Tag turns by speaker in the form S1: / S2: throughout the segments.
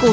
S1: 股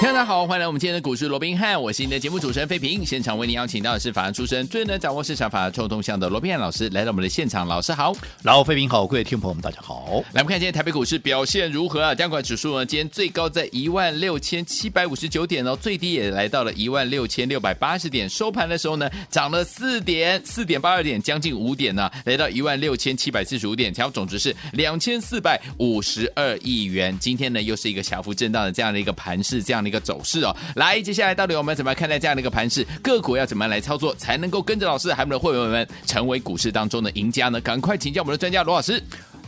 S2: 大家好，欢迎来我们今天的股市罗宾汉，我是你的节目主持人费平。现场为您邀请到的是法案出身、最能掌握市场法律臭动向的罗宾汉老师，来到我们的现场。老师好，
S3: 然后，飞平好，各位听众朋友们，大家好。
S2: 来我们看今天台北股市表现如何啊？加管指数呢，今天最高在一万六千七百五十九点哦，最低也来到了一万六千六百八十点，收盘的时候呢，涨了四点四点八二点，将近五点呢、啊来到一万六千七百四十五点，成交总值是两千四百五十二亿元。今天呢，又是一个小幅震荡的这样的一个盘势，这样的一个走势哦。来，接下来到底我们怎么样看待这样的一个盘势？个股要怎么样来操作，才能够跟着老师还有我们的会员们成为股市当中的赢家呢？赶快请教我们的专家罗老师。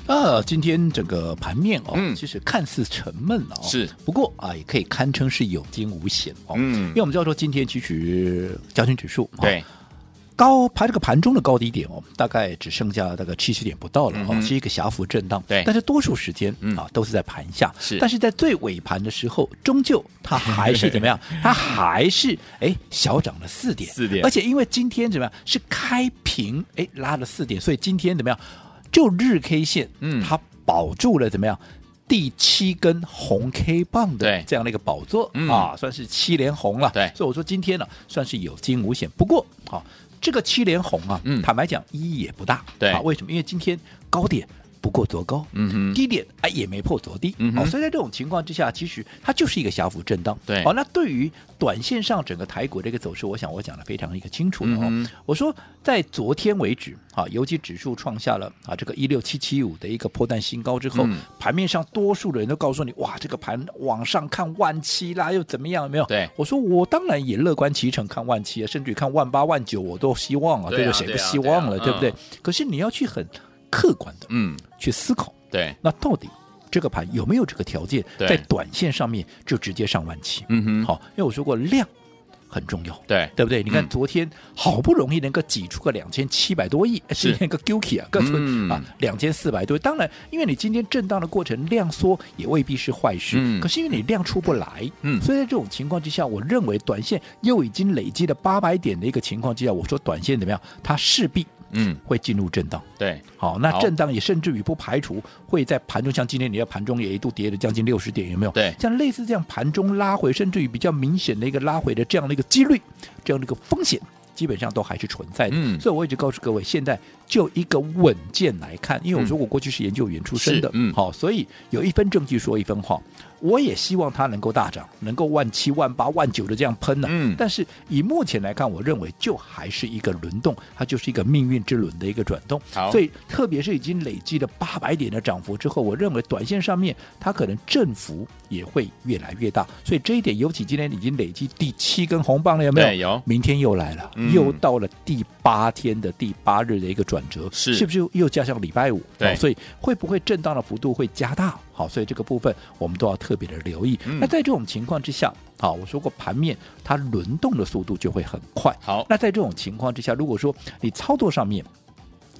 S3: 呃，今天整个盘面哦，
S2: 嗯
S3: 其实看似沉闷了哦，
S2: 是，
S3: 不过啊，也可以堪称是有惊无险哦。
S2: 嗯
S3: 因为我们知道说，今天其实加权指数、哦、
S2: 对，
S3: 高盘这个盘中的高低点哦，大概只剩下大概七十点不到了
S2: 嗯
S3: 哦，
S2: 哼
S3: 是一个小幅震荡。
S2: 对
S3: 但是多数时间、
S2: 嗯
S3: 啊都是在盘下，
S2: 是
S3: 但是在最尾盘的时候，终究它还是怎么样？ 它还是哎小涨了四点，
S2: 四点
S3: 而且因为今天怎么样是开平哎拉了四点，所以今天怎么样就日 K 线
S2: 嗯
S3: 它保住了怎么样？第七根红 K 棒的
S2: 对
S3: 这样的一个宝座、
S2: 嗯
S3: 啊，算是七连红了。
S2: 对
S3: 所以我说今天呢，算是有惊无险。不过，好、这个七连红啊，
S2: 嗯
S3: 坦白讲意义也不大。
S2: 对
S3: 啊，为什么？因为今天高点不过昨高，
S2: 嗯哼
S3: 低点哎也没破昨低，哦
S2: 嗯哼
S3: 好、所以在这种情况之下，其实它就是一个小幅震荡。哦
S2: 对
S3: 好、那对于短线上整个台股这个走势，我想我讲的非常一个清楚了哦。
S2: 嗯哼
S3: 我说在昨天为止，啊，尤其指数创下了啊这个一六七七五的一个破蛋新高之后，
S2: 嗯
S3: 盘面上多数的人都告诉你，哇，这个盘往上看万七啦，又怎么样？有没有？
S2: 对
S3: 我说我当然也乐观其成看万七啊，甚至于看万八万九，我都希望啊，
S2: 对啊
S3: 不对？谁
S2: 对啊
S3: 不希望了，
S2: 对啊
S3: 不对？可是你要去很客观的
S2: 嗯，
S3: 去思考，
S2: 对，
S3: 那到底这个盘有没有这个条件，
S2: 对
S3: 在短线上面就直接上万七？
S2: 嗯哼，，
S3: 好，因为我说过量很重要。
S2: 对，
S3: 对不对？你看
S2: 嗯
S3: 昨天好不容易能够挤出个两千七百多亿，
S2: 是
S3: 今天个 Guki 啊，个
S2: 嗯
S3: 啊两千四百多亿。当然，因为你今天震荡的过程量缩也未必是坏事，
S2: 嗯
S3: 可是因为你量出不来，
S2: 嗯
S3: 所以在这种情况之下，我认为短线又已经累积了八百点的一个情况之下，我说短线怎么样？它势必
S2: 嗯，
S3: 会进入震荡。
S2: 对，
S3: 好，那
S2: 好
S3: 震荡也甚至于不排除会在盘中，像今天你的盘中也一度跌了将近六十点，有没有？
S2: 对
S3: 像类似这样盘中拉回，甚至于比较明显的一个拉回的这样的一个几率，这样的一个风险。基本上都还是存在的，
S2: 嗯
S3: 所以我一直告诉各位，现在就一个稳健来看，因为我说我过去是研究员出身的
S2: 是，嗯
S3: 好，所以有一分证据说一分话，我也希望它能够大涨，能够万七、万八、万九的这样喷呢、
S2: 嗯
S3: 但是以目前来看，我认为就还是一个轮动，它就是一个命运之轮的一个转动，
S2: 好
S3: 所以特别是已经累积了八百点的涨幅之后，我认为短线上面它可能振幅也会越来越大。所以这一点，尤其今天已经累积第七根红棒了，有没有？
S2: 对有
S3: 明天又来了，
S2: 嗯
S3: 又到了第八天的第八日的一个转折，
S2: 是
S3: 不是又加上礼拜五？
S2: 对
S3: 好所以会不会震荡的幅度会加大？好，所以这个部分我们都要特别的留意。
S2: 嗯
S3: 那在这种情况之下，好，我说过盘面它轮动的速度就会很快。
S2: 好，
S3: 那在这种情况之下，如果说你操作上面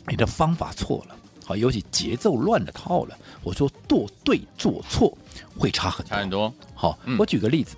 S3: 你的方法错了，好，尤其节奏乱了套了，我说做对做错会差很
S2: 差
S3: 多。
S2: 很多，
S3: 好，
S2: 嗯
S3: 我举个例子，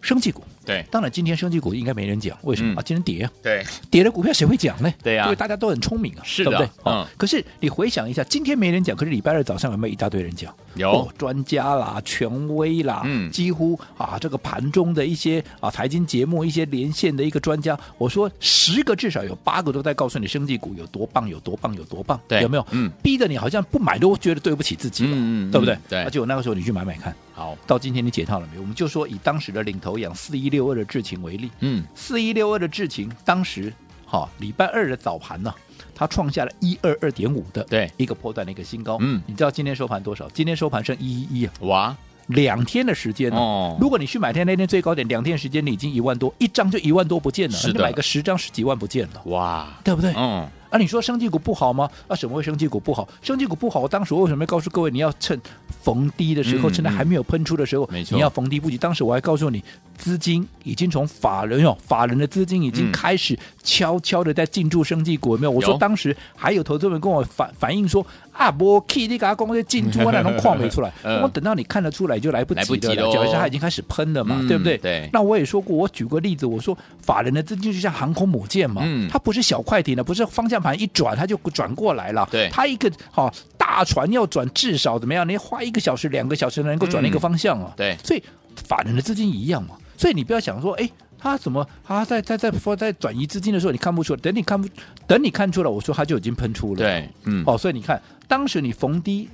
S3: 生技股，
S2: 对，
S3: 当然今天生技股应该没人讲，为什么、
S2: 嗯
S3: 啊？今天跌啊，
S2: 对，
S3: 跌的股票谁会讲呢？
S2: 对啊
S3: 因为大家都很聪明啊，
S2: 是的
S3: 对不对？
S2: 嗯
S3: 哦可是你回想一下，今天没人讲，可是礼拜二早上有没有一大堆人讲？
S2: 有
S3: 哦专家啦、权威啦，
S2: 嗯
S3: 几乎啊这个盘中的一些啊财经节目、一些连线的一个专家，我说十个至少有八个都在告诉你生技股有多棒、有多棒、有多棒，
S2: 对
S3: 有没有？
S2: 嗯，
S3: 逼得你好像不买都觉得对不起自己了，
S2: 嗯嗯嗯
S3: 对不对？
S2: 对
S3: 而且我那个时候你去买买看，
S2: 好，
S3: 到今天你解套了没有？我们就说以当时的领头羊四一六二的智勤为例，
S2: 嗯，
S3: 四一六二的智勤，当时好、礼拜二的早盘呢、它创下了一二二点五的
S2: 对
S3: 一个波段的一个新高。
S2: 嗯
S3: 你知道今天收盘多少？今天收盘剩一一一啊，
S2: 哇，
S3: 两天的时间、啊
S2: 哦
S3: 如果你去买天那天最高点，两天时间你已经一万多，一张就一万多不见了，
S2: 是的
S3: 你买个十张十几万不见了，
S2: 哇，
S3: 对不对？
S2: 嗯，
S3: 啊，你说生技股不好吗？啊，什么会生技股不好？生技股不好，我当时为什么要告诉各位，你要趁逢低的时候，
S2: 嗯
S3: 趁它还没有喷出的时候，
S2: 没错
S3: 你要逢低布局。当时我还告诉你，资金已经从法人哦，法人的资金已经
S2: 嗯
S3: 开始悄悄的在进驻生技股，有没有？我说
S2: 有，
S3: 当时还有投资人跟我反反映说啊，我 K 你给他公司进驻啊，那种矿没出来
S2: 嗯
S3: 我等到你看得出来就来不
S2: 来不
S3: 及
S2: 及
S3: 了啦，
S2: 咯
S3: 表示它已经开始喷了嘛，
S2: 嗯
S3: 对不对？
S2: 对
S3: 那我也说过，我举个例子，我说法人的资金就像航空母舰嘛，
S2: 嗯
S3: 它不是小快艇的，不是方向盘一转它就转过来了，
S2: 对
S3: 它一个好、大船要转至少怎么样？你花一个小时、两个小时能够转那个
S2: 嗯
S3: 方向啊，
S2: 对
S3: 所以法人的资金一样嘛，所以你不要想说，哎，他怎么他在在在说在转移资金的时候，你看不出来，等你看不等你看出来，我说他就已经喷出了，，
S2: 对，嗯，
S3: 哦，所以你看当时你逢低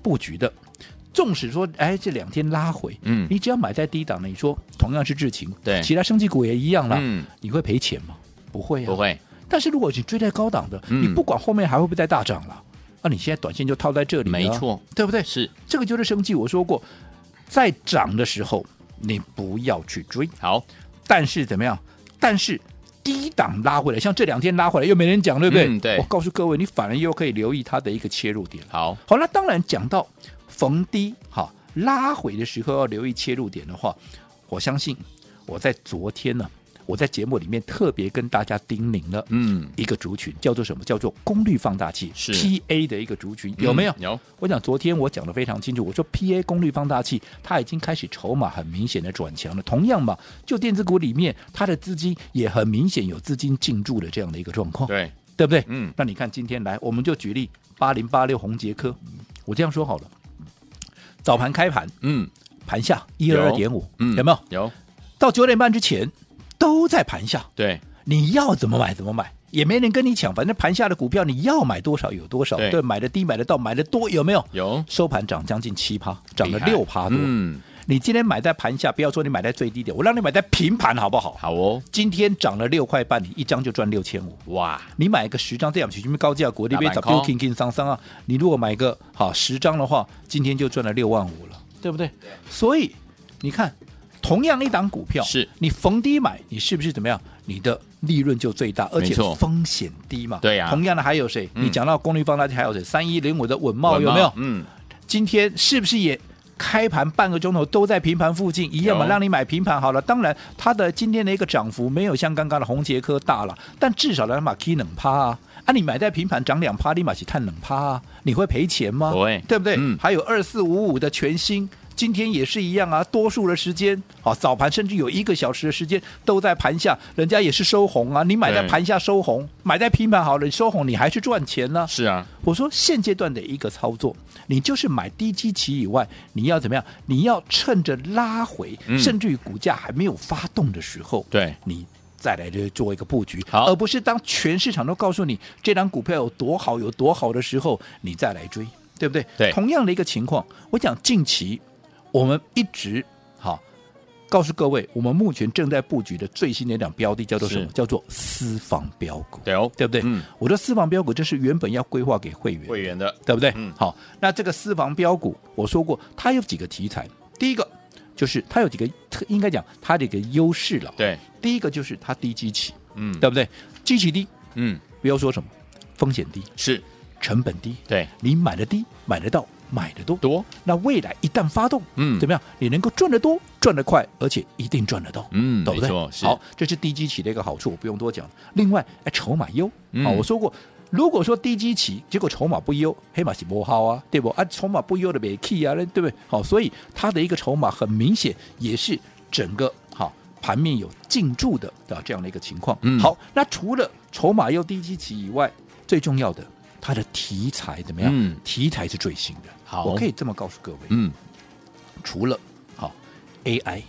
S3: 布局的，纵使说哎这两天拉回，
S2: 嗯
S3: 你只要买在低档的，你说同样是智勤，
S2: 对
S3: 其他升级股也一样啦，
S2: 嗯
S3: 你会赔钱吗？不会啊，
S2: 不会，
S3: 但是如果你追在高档的，
S2: 嗯
S3: 你不管后面还会不会再大涨了，那、你现在短线就套在这里了，
S2: 没错，
S3: 对不对？
S2: 是
S3: 这个就是生气。我说过，在涨的时候你不要去追，
S2: 好，
S3: 但是怎么样？但是低档拉回来，像这两天拉回来又没人讲，对不对？
S2: 嗯对
S3: 我告诉各位，你反而又可以留意它的一个切入点。
S2: 好，
S3: 好，那当然讲到逢低哈拉回的时候要留意切入点的话，我相信我在昨天呢、我在节目里面特别跟大家叮咛了，
S2: 嗯，
S3: 一个族群叫做什么？叫做功率放大器
S2: 是
S3: PA 的一个族群，有没有？
S2: 嗯有，
S3: 我讲昨天我讲的非常清楚，我说 PA 功率放大器它已经开始筹码很明显的转强了。同样嘛，就电子股里面，它的资金也很明显有资金进驻的这样的一个状况，
S2: 对，
S3: 对不对？
S2: 嗯
S3: 那你看今天来，我们就举例八零八六红杰科，我这样说好了，早盘开盘
S2: 嗯，
S3: 盘下一二二点五，有没有？
S2: 有，嗯
S3: 到九点半之前都在盘下，
S2: 对，
S3: 你要怎么买怎么买，也没人跟你抢。反正盘下的股票你要买多少有多少，
S2: 对
S3: 买的低买的到，买的多有没有？
S2: 有，
S3: 收盘涨将近七趴，涨了
S2: 厉害
S3: 六趴多。
S2: 嗯，
S3: 你今天买在盘下，不要说你买在最低点，我让你买在平盘好不好？
S2: 好哦，
S3: 今天涨了六块半，你一张就赚六千五。
S2: 哇，
S3: 你买个十张这样去，因为高价股那边
S2: 打
S3: 早
S2: 板 call
S3: 就 king king 桑桑啊，你如果买个好十张的话，今天就赚了六万五了，对不对？所以你看，同样一档股票，
S2: 是
S3: 你逢低买，你是不是怎么样？你的利润就最大，而
S2: 没
S3: 且
S2: 错
S3: 风险低嘛。
S2: 对呀
S3: 同样的还有谁？
S2: 嗯
S3: 你讲到功率放大器还有谁？三一零五的稳茂
S2: 稳
S3: 有没有？
S2: 嗯，
S3: 今天是不是也开盘半个钟头都在平盘附近一样嘛？
S2: 有
S3: 让你买平盘好了。当然，它的今天的一个涨幅没有像刚刚的红杰科大了，但至少让它把 K 冷趴啊。啊，你买在平盘涨两趴，立马去探冷趴啊，你会赔钱吗？
S2: 不会
S3: 对不对？
S2: 嗯
S3: 还有二四五五的全新。今天也是一样啊，多数的时间，好、早盘甚至有一个小时的时间都在盘下，人家也是收红啊。你买在
S2: 对
S3: 盘下收红，买在平盘好了，你收红你还是赚钱呢、
S2: 是啊，
S3: 我说现阶段的一个操作，你就是买低基期以外，你要怎么样？你要趁着拉回，
S2: 嗯
S3: 甚至于股价还没有发动的时候，
S2: 对，
S3: 你再来这做一个布局，
S2: 好
S3: 而不是当全市场都告诉你这张股票有多好、有多好的时候，你再来追，对不对？
S2: 对
S3: 同样的一个情况，我讲近期我们一直好。告诉各位，我们目前正在布局的最新的一档标的叫做什么
S2: 是？
S3: 叫做私房标股。
S2: 对哦，
S3: 对不对？
S2: 嗯，
S3: 我说私房标股，这是原本要规划给会员，
S2: 会员的，
S3: 对不对？
S2: 嗯
S3: 好，那这个私房标股，我说过它有几个题材，第一个就是它有几个特，应该讲它的一个优势了。，
S2: 对，
S3: 第一个就是它低基期，
S2: 嗯，
S3: 对不对？基期低，
S2: 嗯，
S3: 不要说什么风险低、
S2: 是，
S3: 成本低，
S2: 对，
S3: 你买的低，买得到，买得多。
S2: 多，
S3: 那未来一旦发动，
S2: 嗯
S3: 怎么样？你能够赚得多，赚得快，而且一定赚得到。
S2: 嗯，
S3: 对不
S2: 没
S3: 对
S2: 错，？是，
S3: 好，，这是低基期的一个好处，我不用多讲。另外，哎，筹码优，
S2: 嗯
S3: 好，我说过，如果说低基期，结果筹码不优，黑马是不好啊，对不？啊，筹码不优的没 key 啊，那对不对？好，所以它的一个筹码很明显也是整个好盘面有进驻的啊这样的一个情况。
S2: 嗯
S3: 好，那除了筹码优低基期以外，最重要的它的题材怎么样？
S2: 嗯
S3: 题材是最新的。
S2: 好
S3: 我可以这么告诉各位，
S2: 嗯，
S3: 除了好 AI，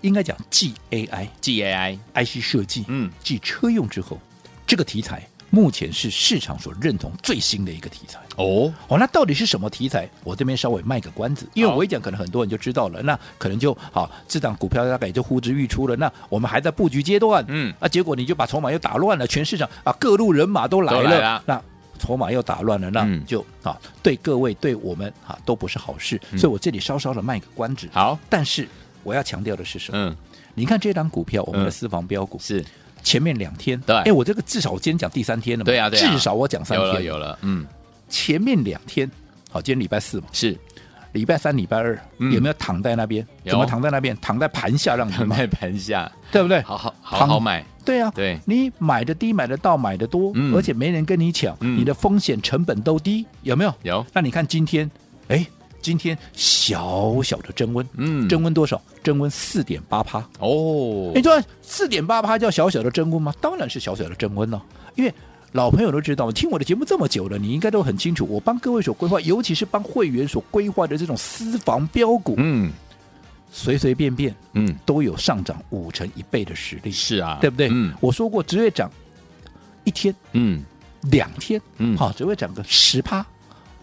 S3: 应该讲 GAI。
S2: g a i
S3: IC 设计，
S2: 嗯，
S3: 继车用之后，这个题材目前是市场所认同最新的一个题材。
S2: 哦，
S3: 哦，那到底是什么题材？我这边稍微卖个关子，因为
S2: 好
S3: 我一讲，可能很多人就知道了，那可能就好，这档股票大概也就呼之欲出了。那我们还在布局阶段，
S2: 嗯
S3: 啊，结果你就把筹码又打乱了，全市场啊，各路人马都来
S2: 都
S3: 了，
S2: 来了
S3: 那。筹码又打乱了，那
S2: 嗯
S3: 就、啊，对各位对我们啊都不是好事，所以我这里稍稍的卖个关子。
S2: 嗯好，
S3: 但是我要强调的是什么？
S2: 嗯，
S3: 你看这档股票，我们的
S2: 嗯
S3: 私房标股、
S2: 是，
S3: 前面两天，
S2: 对
S3: 哎，我这个至少我今天讲第三天了嘛，
S2: 对啊对啊
S3: 至少我讲三
S2: 有
S3: 天
S2: 了有了，嗯，
S3: 前面两天，好，今天礼拜四嘛，
S2: 是，
S3: 礼拜三、礼拜二、
S2: 嗯
S3: 有没有躺在那边？
S2: 有
S3: 怎么躺在那边？躺在盘下 让你
S2: 躺
S3: 买，
S2: 在盘下，
S3: 对不对？
S2: 好好好
S3: 躺
S2: 好买，
S3: 对啊，
S2: 对
S3: 你买的低，买的到，买的多，
S2: 嗯
S3: 而且没人跟你抢，
S2: 嗯
S3: 你的风险成本都低，有没有？
S2: 有
S3: 那你看今天，哎，今天小小的增温，
S2: 嗯
S3: 增温多少？增温四点八趴。
S2: 哦
S3: 你，说四点八趴叫小小的增温吗？当然是小小的增温了、因为。老朋友都知道，听我的节目这么久了，你应该都很清楚，我帮各位所规划，尤其是帮会员所规划的这种私房标股，
S2: 嗯
S3: 随随便便
S2: 嗯，
S3: 都有上涨五成一倍的实力。
S2: 是啊，
S3: 对不对？
S2: 嗯
S3: 我说过，只会涨一天、
S2: 嗯
S3: 两天，
S2: 嗯
S3: 好，只会涨个十趴、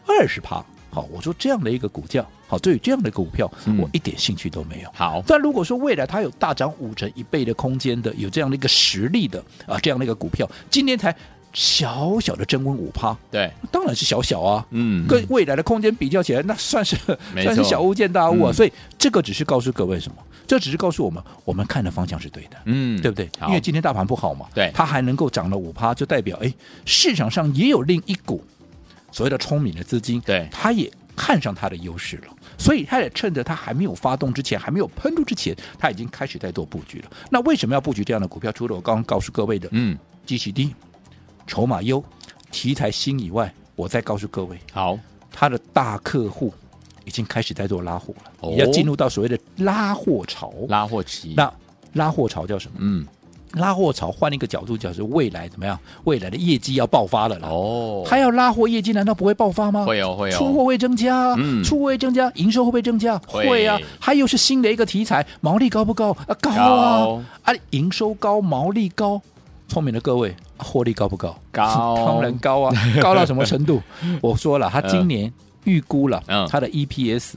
S3: 二十趴。好，我说这样的一个股价，好，对于这样的股票，
S2: 嗯
S3: 我一点兴趣都没有。
S2: 好，
S3: 但如果说未来它有大涨五成一倍的空间的，有这样的一个实力的啊，这样的一个股票，今天才小小的增温五趴，
S2: 对，
S3: 当然是小小啊。
S2: 嗯，
S3: 跟未来的空间比较起来，那算 是
S2: 没
S3: 算是
S2: 错
S3: 小巫见大巫啊。
S2: 嗯
S3: 所以这个只是告诉各位什么？这只是告诉我们，我们看的方向是对的。
S2: 嗯，
S3: 对不对？
S2: 好
S3: 因为今天大盘不好嘛，
S2: 对
S3: 它还能够涨了五趴，就代表哎，市场上也有另一股所谓的聪明的资金，
S2: 对
S3: 它也看上它的优势了，所以它也趁着它还没有发动之前，还没有喷出之前，它已经开始在做布局了。那为什么要布局这样的股票？除了我刚刚告诉各位的
S2: 嗯，
S3: 基期低、筹码优、题材新以外，我再告诉各位，
S2: 好，
S3: 它的大客户已经开始在做拉货了，
S2: 哦
S3: 也要进入到所谓的拉货潮。
S2: 拉货期，
S3: 那拉货潮叫什么？
S2: 嗯，
S3: 拉货潮，换一个角度讲，是未来怎么样？未来的业绩要爆发了啦。
S2: 哦，
S3: 他要拉货业绩，难道不会爆发吗？
S2: 会哦会哦
S3: 出货会增加啊，
S2: 嗯
S3: 出货会增加，营收会不会增加？
S2: 会
S3: 啊，它又是新的一个题材，毛利高不高？啊，高啊，
S2: 高
S3: 啊，营收高，毛利高，哎聪明的各位，啊获利高不高？
S2: 高
S3: 当然高 啊，高到什么程度？我说了，他今年预估了，
S2: 嗯
S3: 他的 EPS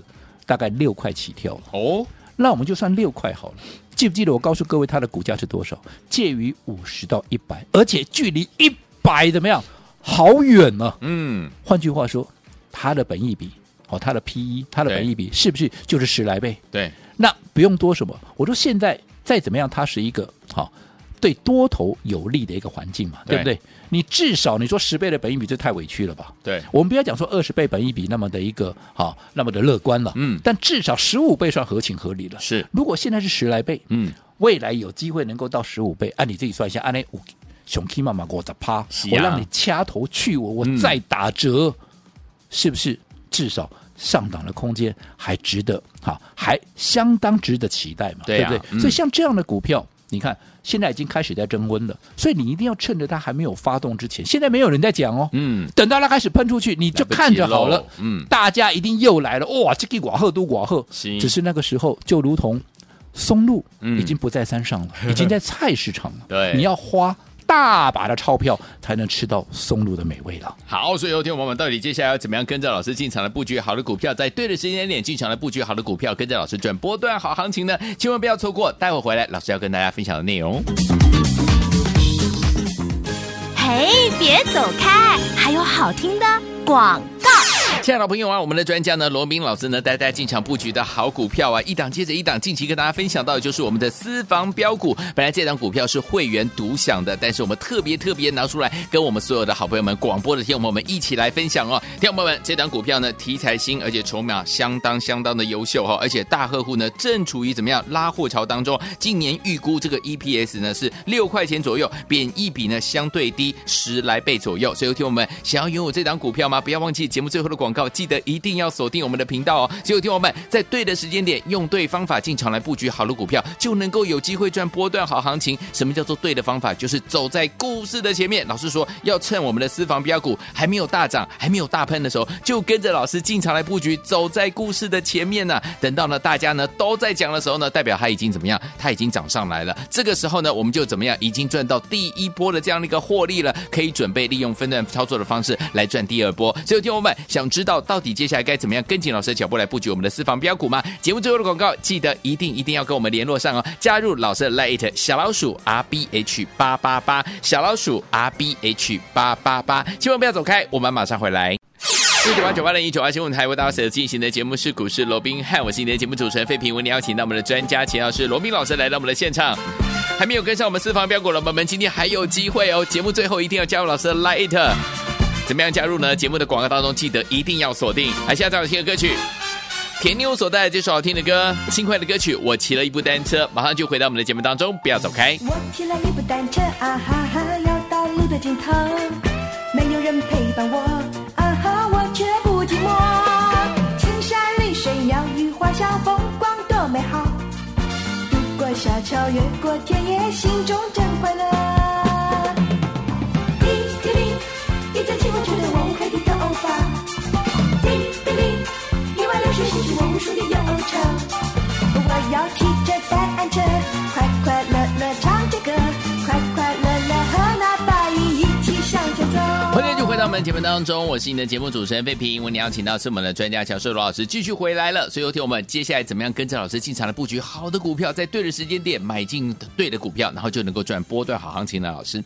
S3: 大概六块起跳了。
S2: 哦，
S3: 那我们就算六块好了。记不记得我告诉各位它的股价是多少？介于五十到一百，而且距离一百怎么样？好远呢、
S2: 嗯，
S3: 换句话说，它的本益比，哦，它的 P E，它的
S2: 对
S3: 本益比是不是就是十来倍？
S2: 对，
S3: 那不用多什么，我说现在再怎么样，它是一个好、对多头有利的一个环境嘛，
S2: 对
S3: 对不对？你至少你说十倍的本益比，这太委屈了吧？
S2: 对，
S3: 我们不要讲说二十倍本益比那么的一个好，那么的乐观了，
S2: 嗯
S3: 但至少十五倍算合情合理了。
S2: 是，
S3: 如果现在是十来倍，
S2: 嗯，
S3: 未来有机会能够到十五倍，啊按、你自己算一下，按那五熊 K 妈妈给我的趴，
S2: 是啊
S3: 我让你掐头去尾，我
S2: 嗯
S3: 再打折，是不是？至少上档的空间还值得，好，还相当值得期待嘛，
S2: 对啊
S3: 不对？
S2: 嗯
S3: 所以像这样的股票。你看，现在已经开始在增温了，所以你一定要趁着它还没有发动之前，现在没有人在讲哦，
S2: 嗯，
S3: 等到它开始喷出去，你就看着好
S2: 来
S3: 了
S2: 不及喽。嗯
S3: 大家一定又来了，哇，这个寡赫都寡赫。
S2: 是
S3: 只是那个时候就如同松露
S2: 嗯
S3: 已经不在山 上了，已经在菜市场了。
S2: 对
S3: 你要花大把的钞票才能吃到松露的美味了。
S2: 好，所以有听我们到底接下来要怎么样跟着老师进场的布局好的股票，在对的时间点进场的布局好的股票，跟着老师转波段好行情呢？千万不要错过，待会回来老师要跟大家分享的内容。
S1: 嘿，别走开，还有好听的广告。
S2: 亲爱的朋友啊，我们的专家呢，罗明老师呢，带大家进场布局的好股票啊，一档接着一档，近期跟大家分享到的就是我们的私房标股。本来这档股票是会员独享的，但是我们特别特别拿出来，跟我们所有的好朋友们、广播的听众朋友们一起来分享哦。听众朋友们，这档股票呢，题材新，而且筹码相当相当的优秀哈、哦，而且大客户呢，正处于怎么样拉货潮当中，今年预估这个 EPS 呢是六块钱左右，贬一比呢相对低十来倍左右。所以，有听我们想要拥有这档股票吗？不要忘记节目最后的广告，记得一定要锁定我们的频道哦。所以，有听我们在对的时间点，用对方法进场来布局好的股票，就能够有机会赚波段好行情。什么叫做对的方法？就是走在故事的前面。老师说，要趁我们的私房标股还没有大涨、还没有大喷的时候，就跟着老师进场来布局，走在故事的前面呢、等到呢大家呢都在讲的时候呢，代表它已经怎么样？它已经涨上来了。这个时候呢，我们就怎么样？已经赚到第一波的这样的一个获利了，可以准备利用分段操作的方式来赚第二波。所以，听众们想知道到底接下来该怎么样跟紧老师的脚步来布局我们的私房标股吗？节目最后的广告，记得一定一定要跟我们联络上哦，加入老师的 Lite 小老鼠 R B H 八八八，小老鼠 R B H 八八八，千万不要走开，我们马上回来。一九八九八零一九八新闻台为大家所进行的节目是股市罗宾汉，我是你的节目主持人费平。为你邀请到我们的专家钱老师罗宾老师来到我们的现场。还没有跟上我们私房标股的朋友们，今天还有机会哦！节目最后一定要加入老师的 Light，怎么样加入呢？节目的广告当中记得一定要锁定。来，下再来听的歌曲甜妞所带来这首好听的歌，轻快的歌曲。我骑了一部单车，马上就回到我们的节目当中，不要走开。
S4: 我骑了一部单车啊哈哈，绕到路的尽头，没有人陪伴我啊哈，我却不寂寞。青山绿水鸟语花香，风光多美好。渡过小桥，越过田野，心中真快乐。滴滴滴，一见倾国觉得我无愧的头发。滴滴滴，一万流水洗去我无数的忧愁。我要骑着单车，快快乐乐唱着歌，快快乐乐和那大鱼一起向前走。
S2: 欢迎就回到我们节目当中，我是你的节目主持人费平。我们邀请到是我们的专家乔硕罗老师继续回来了，所以有听我们接下来怎么样跟着老师进场的布局好的股票，在对的时间点买进对的股票，然后就能够赚波段好行情了。老师，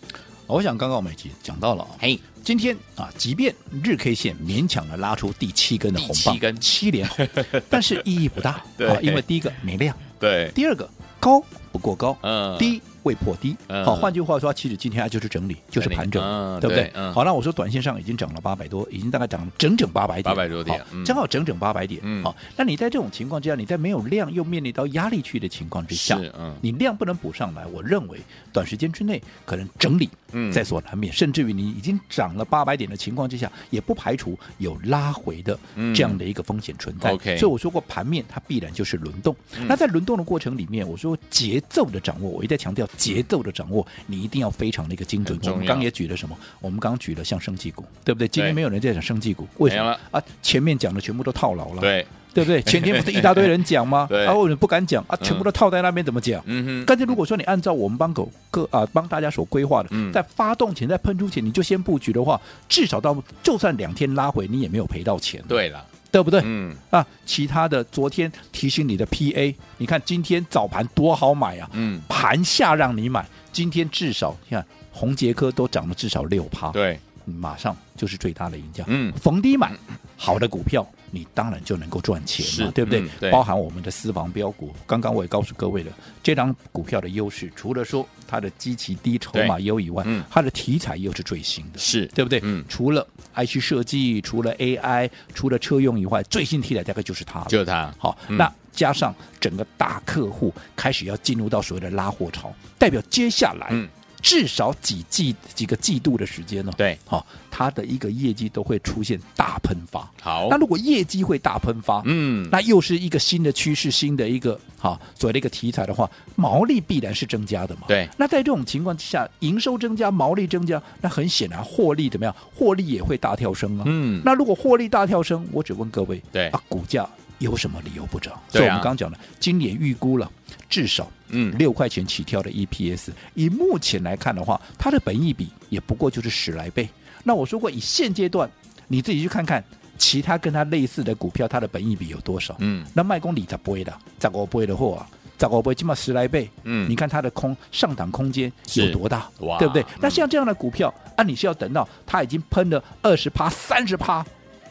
S3: 哦我想刚刚我们已经讲到了啊，
S2: 嘿，
S3: 今天啊，即便日 K 线勉强的拉出第七根的红棒，
S2: 第七根
S3: 连 红，但是意义不 大
S2: 对
S3: 啊，因为第一个没量，
S2: 对，
S3: 第二个高不过高，
S2: 嗯
S3: 低未破低。
S2: 嗯
S3: 好，换句话说，其实今天它啊就是整理，就是盘整，
S2: 嗯
S3: 对不
S2: 对
S3: 对？
S2: 嗯
S3: 好，那我说短线上已经涨了八百多，已经大概涨了整整八百点，
S2: 800多点
S3: 好
S2: 嗯
S3: 正好整整八百点
S2: 嗯。
S3: 好，那你在这种情况之下，你在没有量又面临到压力区的情况之下
S2: 是嗯，
S3: 你量不能补上来，我认为短时间之内可能整理
S2: 嗯
S3: 在所难免，甚至于你已经涨了八百点的情况之下，也不排除有拉回的
S2: 嗯
S3: 这样的一个风险存在。
S2: OK 嗯
S3: 所以我说过，盘面它必然就是轮动。那在轮动的过程里面，我说节奏的掌握，我一再强调节奏的掌握，你一定要非常的一个精准
S2: 很。重
S3: 我
S2: 要
S3: 们刚也举了什么？我们刚举了像生技股，对不对？今天没有人在讲生技股，为什
S2: 没有
S3: 么
S2: 了
S3: 啊？前面讲的全部都套牢了，
S2: 对，？
S3: 对不对？前天不是一大堆人讲吗
S2: 对
S3: 啊，为什么不敢讲啊？全部都套在那边，怎么讲？
S2: 嗯哼，
S3: 但是如果说你按照我们帮狗各啊帮大家所规划的，
S2: 嗯
S3: 在发动前、在喷出前你就先布局的话，至少到就算两天拉回，你也没有赔到钱，
S2: 对了，
S3: 对不对？
S2: 嗯，
S3: 啊，其他的昨天提醒你的 PA，你看今天早盘多好买啊，
S2: 嗯，
S3: 盘下让你买，今天至少你看红杰科都涨了至少六趴，
S2: 对，
S3: 你马上就是最大的赢家。
S2: 嗯
S3: 逢低买好的股票，你当然就能够赚钱
S2: 是
S3: 嘛，对不对？
S2: 嗯对
S3: 包含我们的私房标股，刚刚我也告诉各位了，这张股票的优势，除了说它的基期低、筹码优以外
S2: 对嗯，
S3: 它的题材又是最新的。
S2: 是，
S3: 对不对？
S2: 嗯
S3: 除了 IC 设计，除了 AI，除了车用以外，最新题材大概就是它了。
S2: 就是它，
S3: 好，
S2: 嗯
S3: 那加上整个大客户开始要进入到所谓的拉货潮，代表接下来
S2: 嗯
S3: 至少几季几个季度的时间呢、哦
S2: 对，
S3: 好、它的一个业绩都会出现大喷发。
S2: 好
S3: 那，如果业绩会大喷发，
S2: 哦嗯，
S3: 那又是一个新的趋势，新的一个好所谓的一个题材的话，毛利必然是增加的嘛。
S2: 对
S3: 那在这种情况之下，营收增加，毛利增加，那很显然获利怎么样？获利也会大跳升啊。
S2: 嗯
S3: 那如果获利大跳升，我只问各位，
S2: 对
S3: 啊，股价有什么理由不涨？
S2: 对啊
S3: 所以我们刚刚讲了，今年预估了至少。
S2: 嗯
S3: 六块钱起跳的 EPS，以目前来看的话，它的本益比也不过就是十来倍。那我说过，以现阶段你自己去看看其他跟它类似的股票，它的本益比有多少？
S2: 嗯，
S3: 那卖公里咋不会的？咋个不会的货啊？咋个不会起码十来倍？
S2: 嗯
S3: 你看它的空上档空间有
S2: 是
S3: 多大
S2: 哇，
S3: 对不对
S2: 嗯？
S3: 那像这样的股票，啊，你是要等到它已经喷了二十趴、三十趴，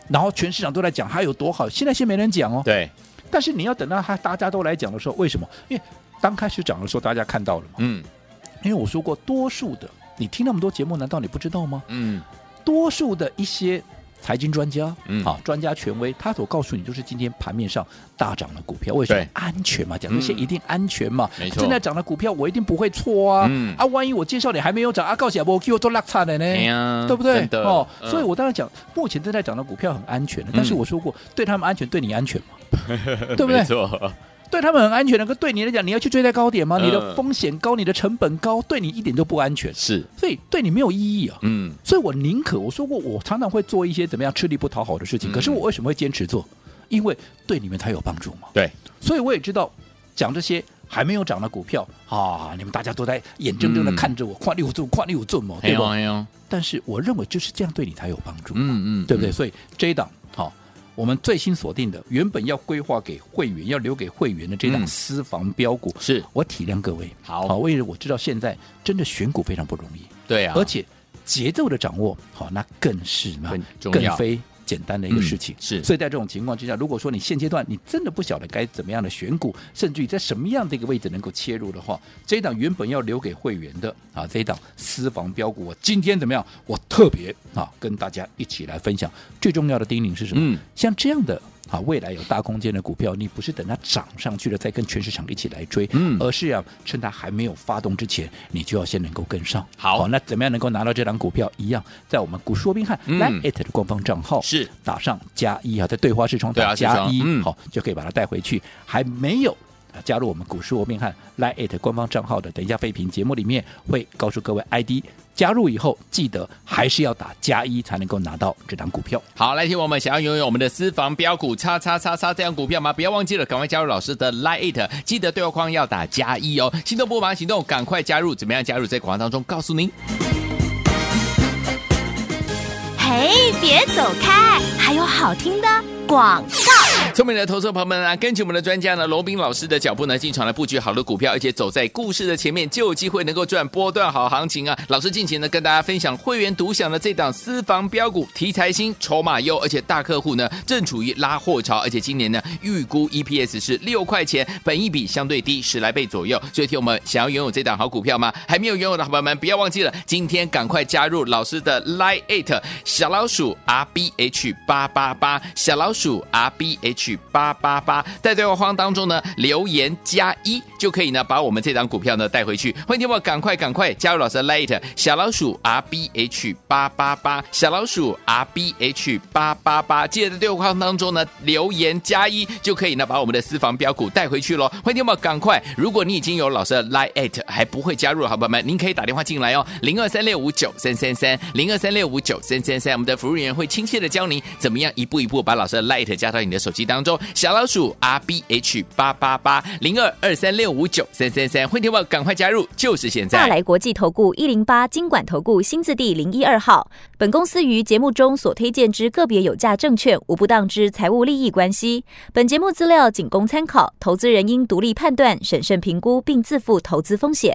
S3: 然后全市场都在讲它有多好，现在先没人讲哦。
S2: 对，
S3: 但是你要等到它大家都来讲的时候，为什么？因为刚开始涨的时候，大家看到了嘛。
S2: 嗯
S3: 因为我说过，多数的你听那么多节目，难道你不知道吗？
S2: 嗯，
S3: 多数的一些财经专家，
S2: 嗯
S3: 啊，专家权威，他所告诉你就是今天盘面上大涨的股票，为什么
S2: 对嗯
S3: 安全嘛？讲这些一定安全嘛？
S2: 没错
S3: 正在涨的股票我一定不会错啊！
S2: 嗯
S3: 啊，万一我介绍你还没有涨，啊，告诉你我 Q 都落差的呢。
S2: 哎呀，
S3: 对不对
S2: 真？的
S3: 哦，
S2: 嗯
S3: 所以我当然讲，目前正在涨的股票很安全的，但是我说过，对他们安全，对你安全嘛， 对不对
S2: 没？错，
S3: 对他们很安全的，可对你来讲，你要去追在高点吗？
S2: 嗯
S3: 你的风险高，你的成本高，对你一点都不安全，
S2: 是，
S3: 所以对你没有意义啊。
S2: 嗯，
S3: 所以我宁可我说过，我常常会做一些怎么样吃力不讨好的事
S2: 嗯
S3: 情，可是我为什么会坚持做？因为对你们才有帮助嘛。
S2: 对，
S3: 所以我也知道讲这些还没有涨的股票啊，你们大家都在眼睁睁的
S2: 嗯
S3: 看着我跨六寸跨六寸嘛，
S2: 哎
S3: 对
S2: 呦
S3: 吧？
S2: 哎呦，
S3: 但是我认为就是这样对你才有帮助。
S2: 嗯嗯，
S3: 对不对？
S2: 嗯？
S3: 所以这一档好、我们最新锁定的，原本要规划给会员，要留给会员的这档
S2: 嗯
S3: 私房标股，
S2: 是
S3: 我体谅各位，
S2: 好
S3: 好，为了我知道现在真的选股非常不容易，
S2: 对啊，
S3: 而且节奏的掌握，好，那更是嘛
S2: 很，重
S3: 更
S2: 要
S3: 非。简单的一个事情、
S2: 嗯是
S3: 所以在这种情况之下，如果说你现阶段你真的不晓得该怎么样的选股，甚至于在什么样的一个位置能够切入的话，这一档原本要留给会员的啊，这一档私房标股，我今天怎么样？我特别啊，跟大家一起来分享。最重要的叮咛是什么？
S2: 嗯
S3: 像这样的啊，未来有大空间的股票，你不是等它涨上去了再跟全市场一起来追，
S2: 嗯
S3: 而是啊，趁它还没有发动之前，你就要先能够跟上。
S2: 好
S3: 那怎么样能够拿到这档股票？一样，在我们股说宾汉
S2: 嗯
S3: Line at 的官方账号
S2: 是
S3: 打上加一啊，在对话视窗
S2: 对啊
S3: 打
S2: 视
S3: 加
S2: 窗
S3: 一，
S2: 嗯
S3: 好，就可以把它带回去。还没有。啊加入我们股市罗宾汉 Line at 官方账号的，等一下废品节目里面会告诉各位 ID。加入以后，记得还是要打加一才能够拿到这档股票。
S2: 好，来听我们想要拥有我们的私房标股叉叉叉叉这样股票吗？不要忘记了，赶快加入老师的 Lite，记得对话框要打加一哦。心动不忙行动，赶快加入！怎么样加入？在广告当中告诉您。
S1: 嘿，别走开，还有好听的广告。
S2: 聪明的投资者朋友们啊，根据我们的专家呢罗斌老师的脚步呢，进场来布局好的股票，而且走在故事的前面，就有机会能够赚波段好行情啊！老师近期呢跟大家分享会员独享的这档私房标股，题材新、筹码优，而且大客户呢正处于拉货潮，而且今年呢预估 EPS 是六块钱，本益比相对低十来倍左右，所以听我们想要拥有这档好股票吗？还没有拥有的好朋友们，不要忘记了，今天赶快加入老师的 Line It 小老鼠 R B H 八八八小老鼠 R B H 八八八，在对话框当中呢留言加一就可以呢把我们这档股票呢带回去。欢迎我赶快赶快加入老师的 Lite 小老鼠 R B H 八八八小老鼠 R B H 八八八，记得在对话框当中呢留言加一就可以呢把我们的私房标股带回去喽。欢迎我赶快，如果你已经有老师的 Lite 还不会加入的好朋友们，您可以打电话进来哦，零二三六五九三三三零二三六五九三三三，我们的服务人员会亲切的教您怎么样一步一步把老师的 Light 加到你的手机当中。小老鼠 R B H 八八八零二二三六五九三三三，会听我赶快加入，就是现
S5: 大
S2: 在。
S5: 来国际投顾一零八金管投顾新字第零一二号。本公司于节目中所推荐之个别有价证券，无不当之财务利益关系。本节目资料仅供参考，投资人应独立判断、审慎评估，并自负投资风险。